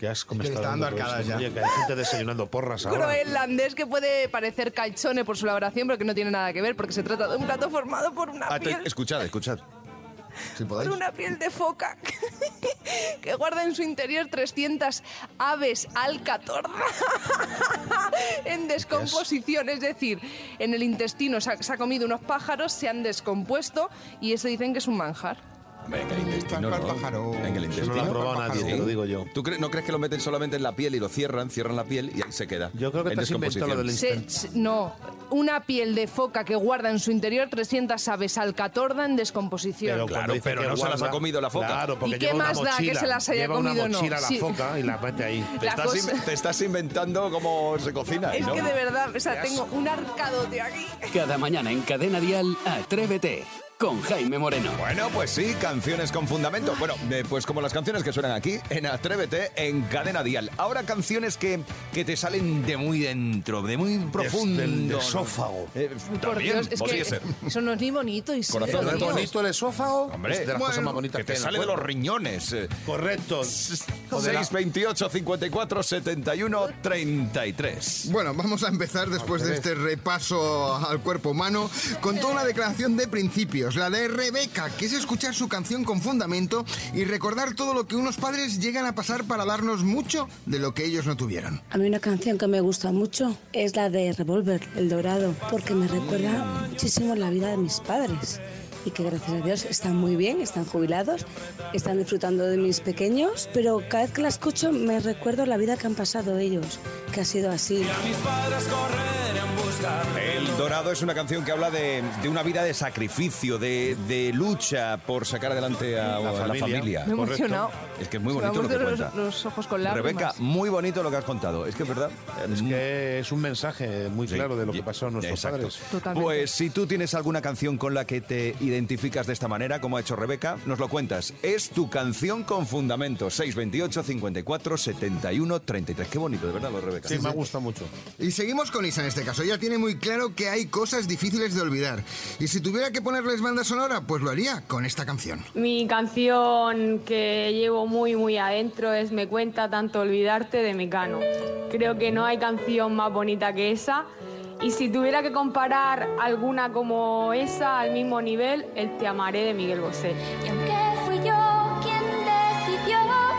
[SPEAKER 3] Qué asco me
[SPEAKER 5] Que le
[SPEAKER 3] está,
[SPEAKER 5] está dando
[SPEAKER 3] todo
[SPEAKER 5] arcadas
[SPEAKER 3] esto.
[SPEAKER 5] ya.
[SPEAKER 3] Oye, que hay gente desayunando porras ahora.
[SPEAKER 4] groenlandés que puede parecer calzone por su elaboración, pero que no tiene nada que ver porque se trata de un plato formado por una
[SPEAKER 1] Ah, te-
[SPEAKER 4] piel
[SPEAKER 1] escuchad, escuchad. Si
[SPEAKER 4] por
[SPEAKER 1] podáis.
[SPEAKER 4] una piel de foca que guarda en su interior 300 aves alcatorra en descomposición, es decir, en el intestino se ha, se ha comido unos pájaros, se han descompuesto y eso dicen que es un manjar.
[SPEAKER 1] Venga, el intestino.
[SPEAKER 5] Tal cual,
[SPEAKER 1] ¿no?
[SPEAKER 5] pájaro.
[SPEAKER 1] Venga, el
[SPEAKER 3] Eso no
[SPEAKER 1] intestino.
[SPEAKER 3] lo ha probado
[SPEAKER 1] Tal cual,
[SPEAKER 3] nadie, te
[SPEAKER 1] pájaro.
[SPEAKER 3] lo digo yo.
[SPEAKER 1] ¿Tú cre- no crees que lo meten solamente en la piel y lo cierran, cierran la piel y ahí se queda?
[SPEAKER 3] Yo creo que
[SPEAKER 1] en
[SPEAKER 3] te has inventado lo del
[SPEAKER 1] descomposición?
[SPEAKER 4] Se- se- no, una piel de foca que guarda en su interior 300 aves alcatorra en descomposición.
[SPEAKER 3] cuando
[SPEAKER 1] Claro,
[SPEAKER 3] dice
[SPEAKER 1] pero
[SPEAKER 3] que
[SPEAKER 1] no se las
[SPEAKER 3] guarda-
[SPEAKER 1] ha comido la foca.
[SPEAKER 3] Claro, porque
[SPEAKER 4] ¿Y
[SPEAKER 3] lleva
[SPEAKER 4] qué
[SPEAKER 3] una
[SPEAKER 4] más da que
[SPEAKER 3] mochila,
[SPEAKER 4] se las haya
[SPEAKER 3] lleva
[SPEAKER 4] comido o
[SPEAKER 3] una
[SPEAKER 4] no?
[SPEAKER 3] mochila la
[SPEAKER 4] Sí.
[SPEAKER 3] foca y la mete ahí.
[SPEAKER 1] Te
[SPEAKER 4] La
[SPEAKER 1] estás,
[SPEAKER 4] cosa-
[SPEAKER 1] in- te estás inventando cómo se cocina.
[SPEAKER 4] es
[SPEAKER 1] ¿no?
[SPEAKER 4] que de verdad, o sea,
[SPEAKER 1] Qué
[SPEAKER 4] tengo un arcadote aquí.
[SPEAKER 9] Cada mañana en Cadena Dial, Atrévete con Jaime Moreno.
[SPEAKER 1] Bueno, pues sí, canciones con fundamento. Bueno, eh, pues como las canciones que suenan aquí en Atrévete en Cadena Dial. Ahora canciones que, que te salen de muy dentro, de muy profundo.
[SPEAKER 3] del esófago.
[SPEAKER 1] Eh,
[SPEAKER 4] Por
[SPEAKER 1] también
[SPEAKER 4] Dios, es
[SPEAKER 1] podría
[SPEAKER 4] que
[SPEAKER 1] ser.
[SPEAKER 4] eso no es ni bonito y sí,
[SPEAKER 1] Corazón,
[SPEAKER 4] te lo
[SPEAKER 1] no es
[SPEAKER 4] digo.
[SPEAKER 3] bonito el esófago.
[SPEAKER 1] Hombre,
[SPEAKER 3] es de las cosas
[SPEAKER 1] bueno,
[SPEAKER 3] más bonitas
[SPEAKER 1] que te
[SPEAKER 3] hay en el
[SPEAKER 1] sale de los
[SPEAKER 3] cuerpo.
[SPEAKER 1] riñones. eh.
[SPEAKER 3] Correcto. O de la-
[SPEAKER 1] 628 54 71 33.
[SPEAKER 5] Bueno, vamos a empezar después de este repaso al cuerpo humano con toda una declaración de principios, la de Rebeca, que es escuchar su canción con fundamento y recordar todo lo que unos padres llegan a pasar para darnos mucho de lo que ellos no tuvieron.
[SPEAKER 15] A mí una canción que me gusta mucho es la de Revolver, El Dorado, porque me recuerda muchísimo la vida de mis padres y que gracias a Dios están muy bien, están jubilados, están disfrutando de mis pequeños, pero cada vez que la escucho me recuerdo la vida que han pasado ellos, que ha sido así.
[SPEAKER 1] El Dorado es una canción que habla de, de una vida de sacrificio, de, de lucha por sacar adelante a a la familia.
[SPEAKER 4] Me he emocionado.
[SPEAKER 1] Es que es muy
[SPEAKER 4] Se me
[SPEAKER 1] bonito
[SPEAKER 4] han
[SPEAKER 1] lo que
[SPEAKER 4] puesto los,
[SPEAKER 1] cuenta.
[SPEAKER 4] los ojos con lágrimas.
[SPEAKER 1] Rebeca, muy bonito lo que has contado. Es que es verdad.
[SPEAKER 3] Es que es un mensaje muy claro de lo que pasó a nuestros
[SPEAKER 1] Mm. Exacto.
[SPEAKER 3] padres.
[SPEAKER 4] Totalmente.
[SPEAKER 1] Pues si tú tienes alguna canción con la que te identificas de esta manera, como ha hecho Rebeca, nos lo cuentas. Es tu canción con fundamento. 628 54 71 33. Qué bonito, de verdad, lo de Rebeca.
[SPEAKER 3] Sí, me gusta mucho.
[SPEAKER 5] Y seguimos con Isa en este caso. Ella tiene muy claro que hay cosas difíciles de olvidar. Y si tuviera que ponerles banda sonora, pues lo haría con esta canción.
[SPEAKER 16] Mi canción que llevo muy muy adentro es Me cuenta tanto olvidarte de Mecano. Creo que no hay canción más bonita que esa. Y si tuviera que comparar alguna como esa al mismo nivel, el Te amaré de Miguel Bosé.
[SPEAKER 2] Que fui yo quien decidió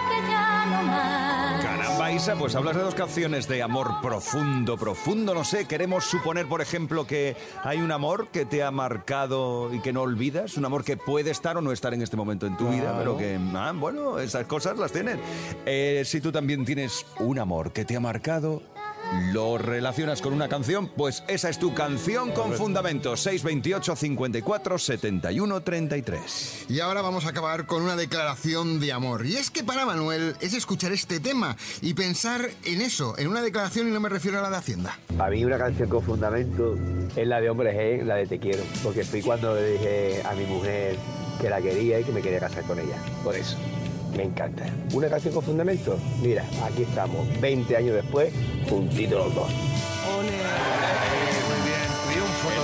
[SPEAKER 2] que ya no más.
[SPEAKER 1] Caramba, Isa, pues hablas de dos canciones de amor profundo, profundo, no sé. Queremos suponer, por ejemplo, que hay un amor que te ha marcado y que no olvidas, un amor que puede estar o no estar en este momento en tu vida, pero que, ah, bueno, esas cosas las tienen. Eh, si tú también tienes un amor que te ha marcado, lo relacionas con una canción, pues esa es tu canción con fundamento. 628 54 71 33.
[SPEAKER 5] Y ahora vamos a acabar con una declaración de amor. Y es que para Manuel es escuchar este tema y pensar en eso, en una declaración y no me refiero a la de Hacienda.
[SPEAKER 17] Para mí una canción con fundamento es la de Hombres G, la de Te Quiero, porque fui cuando le dije a mi mujer que la quería y que me quería casar con ella. Por eso, me encanta. Una canción con fundamento, mira, aquí estamos, 20 años después, juntitos los dos.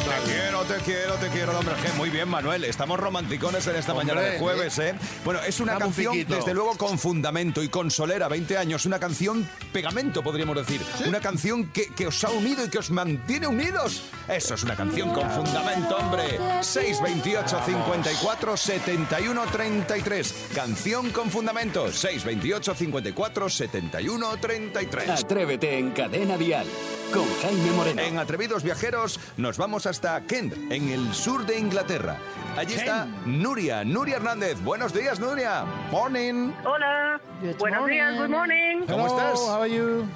[SPEAKER 1] Te quiero, te quiero, te quiero, hombre G. Muy bien, Manuel. Estamos romanticones en esta
[SPEAKER 3] Hombre,
[SPEAKER 1] mañana de jueves, ¿eh? Bueno, es una
[SPEAKER 3] Dame un
[SPEAKER 1] canción,
[SPEAKER 3] piquito.
[SPEAKER 1] desde luego, con fundamento y con solera, 20 años. Una canción pegamento, podríamos decir. Una canción que, que os ha unido y que os mantiene unidos. Eso es una canción con fundamento, hombre. 628 54 71 33. Canción con fundamento. 628 54 71 33.
[SPEAKER 9] Atrévete en Cadena Dial con Jaime Moreno.
[SPEAKER 1] En Atrevidos Viajeros nos vamos hasta Kent, en el sur de Inglaterra. Allí está Nuria, Nuria Hernández. Buenos días, Nuria. Morning.
[SPEAKER 18] Hola. Buenos días, good morning.
[SPEAKER 1] ¿Cómo estás?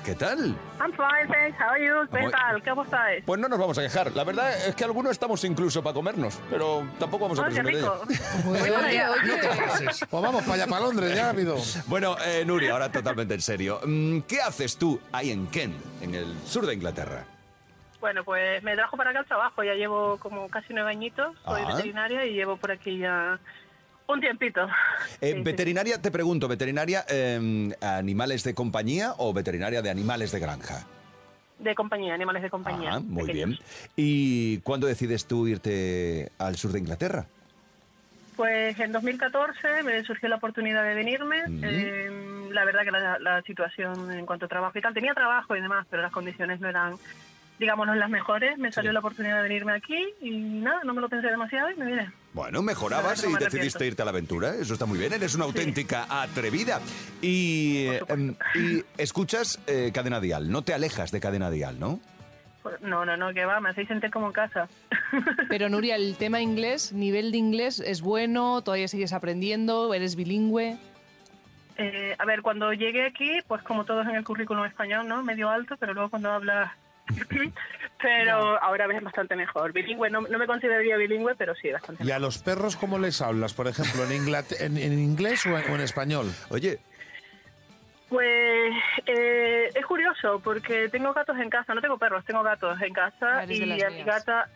[SPEAKER 1] ¿Qué tal?
[SPEAKER 18] I'm fine, thanks. How are you? ¿Qué
[SPEAKER 1] Muy-
[SPEAKER 18] tal? ¿Cómo estáis?
[SPEAKER 1] Pues no nos vamos a quejar. La verdad es que algunos estamos incluso para comernos, pero tampoco vamos a
[SPEAKER 18] Ay, Ah, qué
[SPEAKER 1] presumir de ello.
[SPEAKER 18] rico. Voy para allá.
[SPEAKER 3] Pues vamos para allá, para Londres, ya, amigo.
[SPEAKER 1] Bueno, eh, Nuria, ahora totalmente en serio. Mm, ¿Qué haces tú ahí en Kent, en el sur de Inglaterra?
[SPEAKER 18] Bueno, pues me trajo para acá el trabajo. Ya llevo como casi nueve añitos. Soy
[SPEAKER 1] Ah.
[SPEAKER 18] veterinaria y llevo por aquí ya un tiempito.
[SPEAKER 1] Eh, veterinaria, te pregunto, ¿veterinaria eh, animales de compañía o veterinaria de animales de granja?
[SPEAKER 18] De compañía, animales de compañía.
[SPEAKER 1] Ah, muy
[SPEAKER 18] pequeños.
[SPEAKER 1] bien. ¿Y cuándo decides tú irte al sur de Inglaterra?
[SPEAKER 18] Pues en 2014 me surgió la oportunidad de venirme. Eh, la verdad que la, la situación en cuanto a trabajo y tal, tenía trabajo y demás, pero las condiciones no eran, digamos, no las mejores. Me salió la oportunidad de venirme aquí y nada, no me lo pensé demasiado y me vine.
[SPEAKER 1] Bueno, mejorabas
[SPEAKER 18] La verdad que no
[SPEAKER 1] y
[SPEAKER 18] me
[SPEAKER 1] decidiste
[SPEAKER 18] arrepiento.
[SPEAKER 1] irte a la aventura. Eso está muy bien. Eres una auténtica atrevida. Y, em, y escuchas eh, Cadena Dial. No te alejas de Cadena Dial, ¿no?
[SPEAKER 18] Pues, No, no, no, que va, me hacéis sentir como en casa.
[SPEAKER 4] Pero Nuria, el tema inglés, nivel de inglés es bueno, todavía sigues aprendiendo, eres bilingüe.
[SPEAKER 18] Eh, a ver, cuando llegué aquí, pues como todos en el currículum español, ¿no? Medio alto, pero luego cuando hablas... pero ahora ves bastante mejor. Bilingüe, no, no me consideraría bilingüe, pero sí, bastante
[SPEAKER 3] ¿Y a los perros cómo les hablas? Por ejemplo, ¿en, Inglat- en, en inglés o en, o en español?
[SPEAKER 1] Oye,
[SPEAKER 18] Pues eh, es curioso porque tengo gatos en casa, no tengo perros, tengo gatos en casa
[SPEAKER 4] Ah, eres
[SPEAKER 18] y
[SPEAKER 4] de las
[SPEAKER 18] a mi
[SPEAKER 4] mías.
[SPEAKER 18] gata,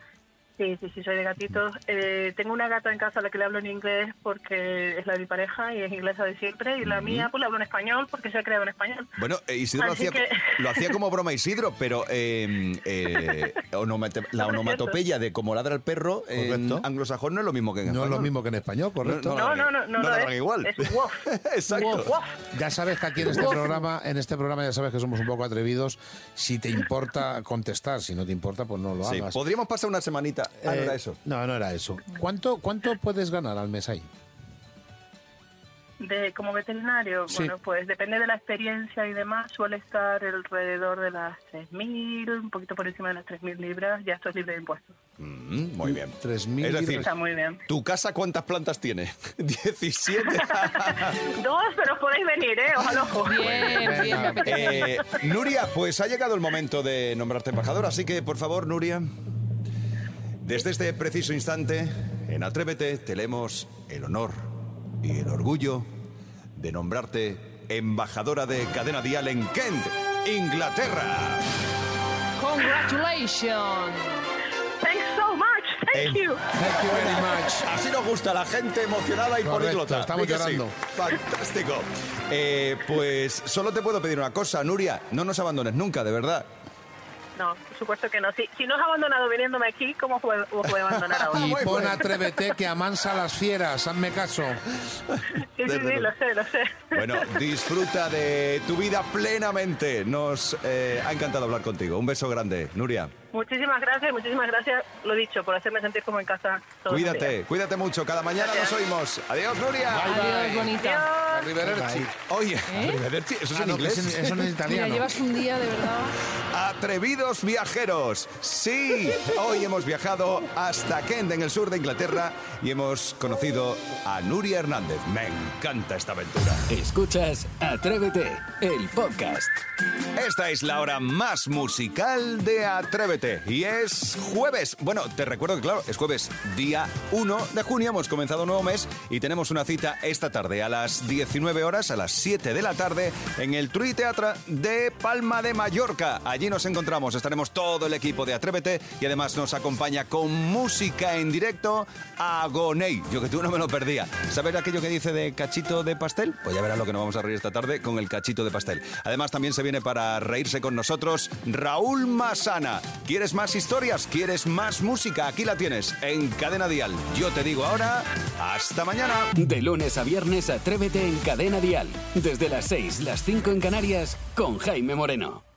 [SPEAKER 18] sí, sí, sí, soy de gatitos. Eh, tengo una gata en casa a la que le hablo en inglés porque es la de mi pareja y es inglesa de siempre y la
[SPEAKER 1] Ujú.
[SPEAKER 18] mía pues le hablo en español porque se ha creado en español.
[SPEAKER 1] Bueno, eh, Isidro lo
[SPEAKER 18] Así
[SPEAKER 1] hacía,
[SPEAKER 18] que-
[SPEAKER 1] lo hacía como broma Isidro, pero em, eh, onomate- la onomatopeya de como ladra el perro en anglosajón no es lo mismo que en español. No es lo mismo
[SPEAKER 3] que en español,
[SPEAKER 1] correcto.
[SPEAKER 18] No, no, no, no, lo es.
[SPEAKER 1] igual.
[SPEAKER 18] Es wof.
[SPEAKER 1] Exacto.
[SPEAKER 18] Wof, wof.
[SPEAKER 3] Ya sabes que aquí en este
[SPEAKER 18] Wow.
[SPEAKER 3] programa, en este programa ya sabes que somos un poco atrevidos. Si te importa contestar, si no te importa, pues no lo
[SPEAKER 1] Sí,
[SPEAKER 3] hagas.
[SPEAKER 1] podríamos pasar una semanita. Ah, no
[SPEAKER 3] Eh,
[SPEAKER 1] era eso.
[SPEAKER 3] No, no era eso. ¿Cuánto, ¿Cuánto puedes ganar al mes ahí?
[SPEAKER 18] De, como veterinario,
[SPEAKER 3] Sí.
[SPEAKER 18] bueno, pues depende de la experiencia y demás, suele estar alrededor de las 3.000, un poquito por encima de las 3.000 libras, ya esto es libre de impuestos.
[SPEAKER 1] Mm, muy bien.
[SPEAKER 3] 3.000
[SPEAKER 1] Es decir,
[SPEAKER 18] Está muy bien.
[SPEAKER 1] ¿tu casa cuántas plantas tiene? 17.
[SPEAKER 18] Dos, pero podéis venir, ¿eh? Ojalá.
[SPEAKER 4] Bien, bien, me apetece.
[SPEAKER 1] Eh, Nuria, pues ha llegado el momento de nombrarte embajador, así que por favor, Nuria, desde este preciso instante, en Atrévete, te leemos el honor y el orgullo de nombrarte embajadora de Cadena Dial en Kent, Inglaterra.
[SPEAKER 4] Congratulations.
[SPEAKER 18] Thanks so much.
[SPEAKER 1] Em.
[SPEAKER 18] Thank you.
[SPEAKER 1] Thank you very much. Así nos gusta la gente emocionada y
[SPEAKER 3] Correcto,
[SPEAKER 1] políglota.
[SPEAKER 3] estamos
[SPEAKER 1] Di que sí.
[SPEAKER 3] llorando.
[SPEAKER 1] Fantástico. Eh, pues solo te puedo pedir una cosa, Nuria, no nos abandones nunca, de verdad.
[SPEAKER 18] No, por supuesto que no. Si, si no os he abandonado viniéndome aquí, ¿cómo os voy- os voy a abandonar
[SPEAKER 1] Ah,
[SPEAKER 18] ahora?
[SPEAKER 3] Y pon atrévete que amansa a las fieras, hazme caso.
[SPEAKER 18] Sí, sí, sí, lo sé, lo sé.
[SPEAKER 1] Bueno, disfruta de tu vida plenamente. Nos eh, ha encantado hablar contigo. Un beso grande, Nuria.
[SPEAKER 18] Muchísimas gracias, muchísimas gracias, lo dicho, por hacerme sentir como en casa. todos los días.
[SPEAKER 1] Cuídate, cuídate mucho. Cada mañana nos oímos. Adiós, Nuria. eh.
[SPEAKER 4] Adiós, bonita.
[SPEAKER 1] Arrivederci. Oye,
[SPEAKER 18] ¿Eh?
[SPEAKER 1] arrivederci, eso es
[SPEAKER 3] Ah,
[SPEAKER 1] en
[SPEAKER 3] no, que
[SPEAKER 1] inglés.
[SPEAKER 3] es en- eso en
[SPEAKER 4] Mira, llevas un día de verdad.
[SPEAKER 1] Atrevidos viajeros. Sí, hoy hemos viajado hasta Kent, en el sur de Inglaterra, y hemos conocido a Nuria Hernández. Me encanta esta aventura.
[SPEAKER 9] Escuchas Atrévete, el podcast.
[SPEAKER 1] Esta es la hora más musical de Atrévete y es jueves. Bueno, te recuerdo que claro, es jueves día 1 de junio, hemos comenzado un nuevo mes y tenemos una cita esta tarde a las 10 19 horas a las 7 de la tarde en el Trui Teatra de Palma de Mallorca. Allí nos encontramos, estaremos todo el equipo de Atrévete y además nos acompaña con música en directo Agoney. Yo que tú no me lo perdía. ¿Sabes aquello que dice de cachito de pastel? Pues ya verás lo que nos vamos a reír esta tarde con el cachito de pastel. Además también se viene para reírse con nosotros Raúl Masana. ¿Quieres más historias? ¿Quieres más música? Aquí la tienes en Cadena Dial. Yo te digo ahora, hasta mañana.
[SPEAKER 9] De lunes a viernes, atrévete en Cadena Dial. Desde las 6, las 5 en Canarias, con Jaime Moreno.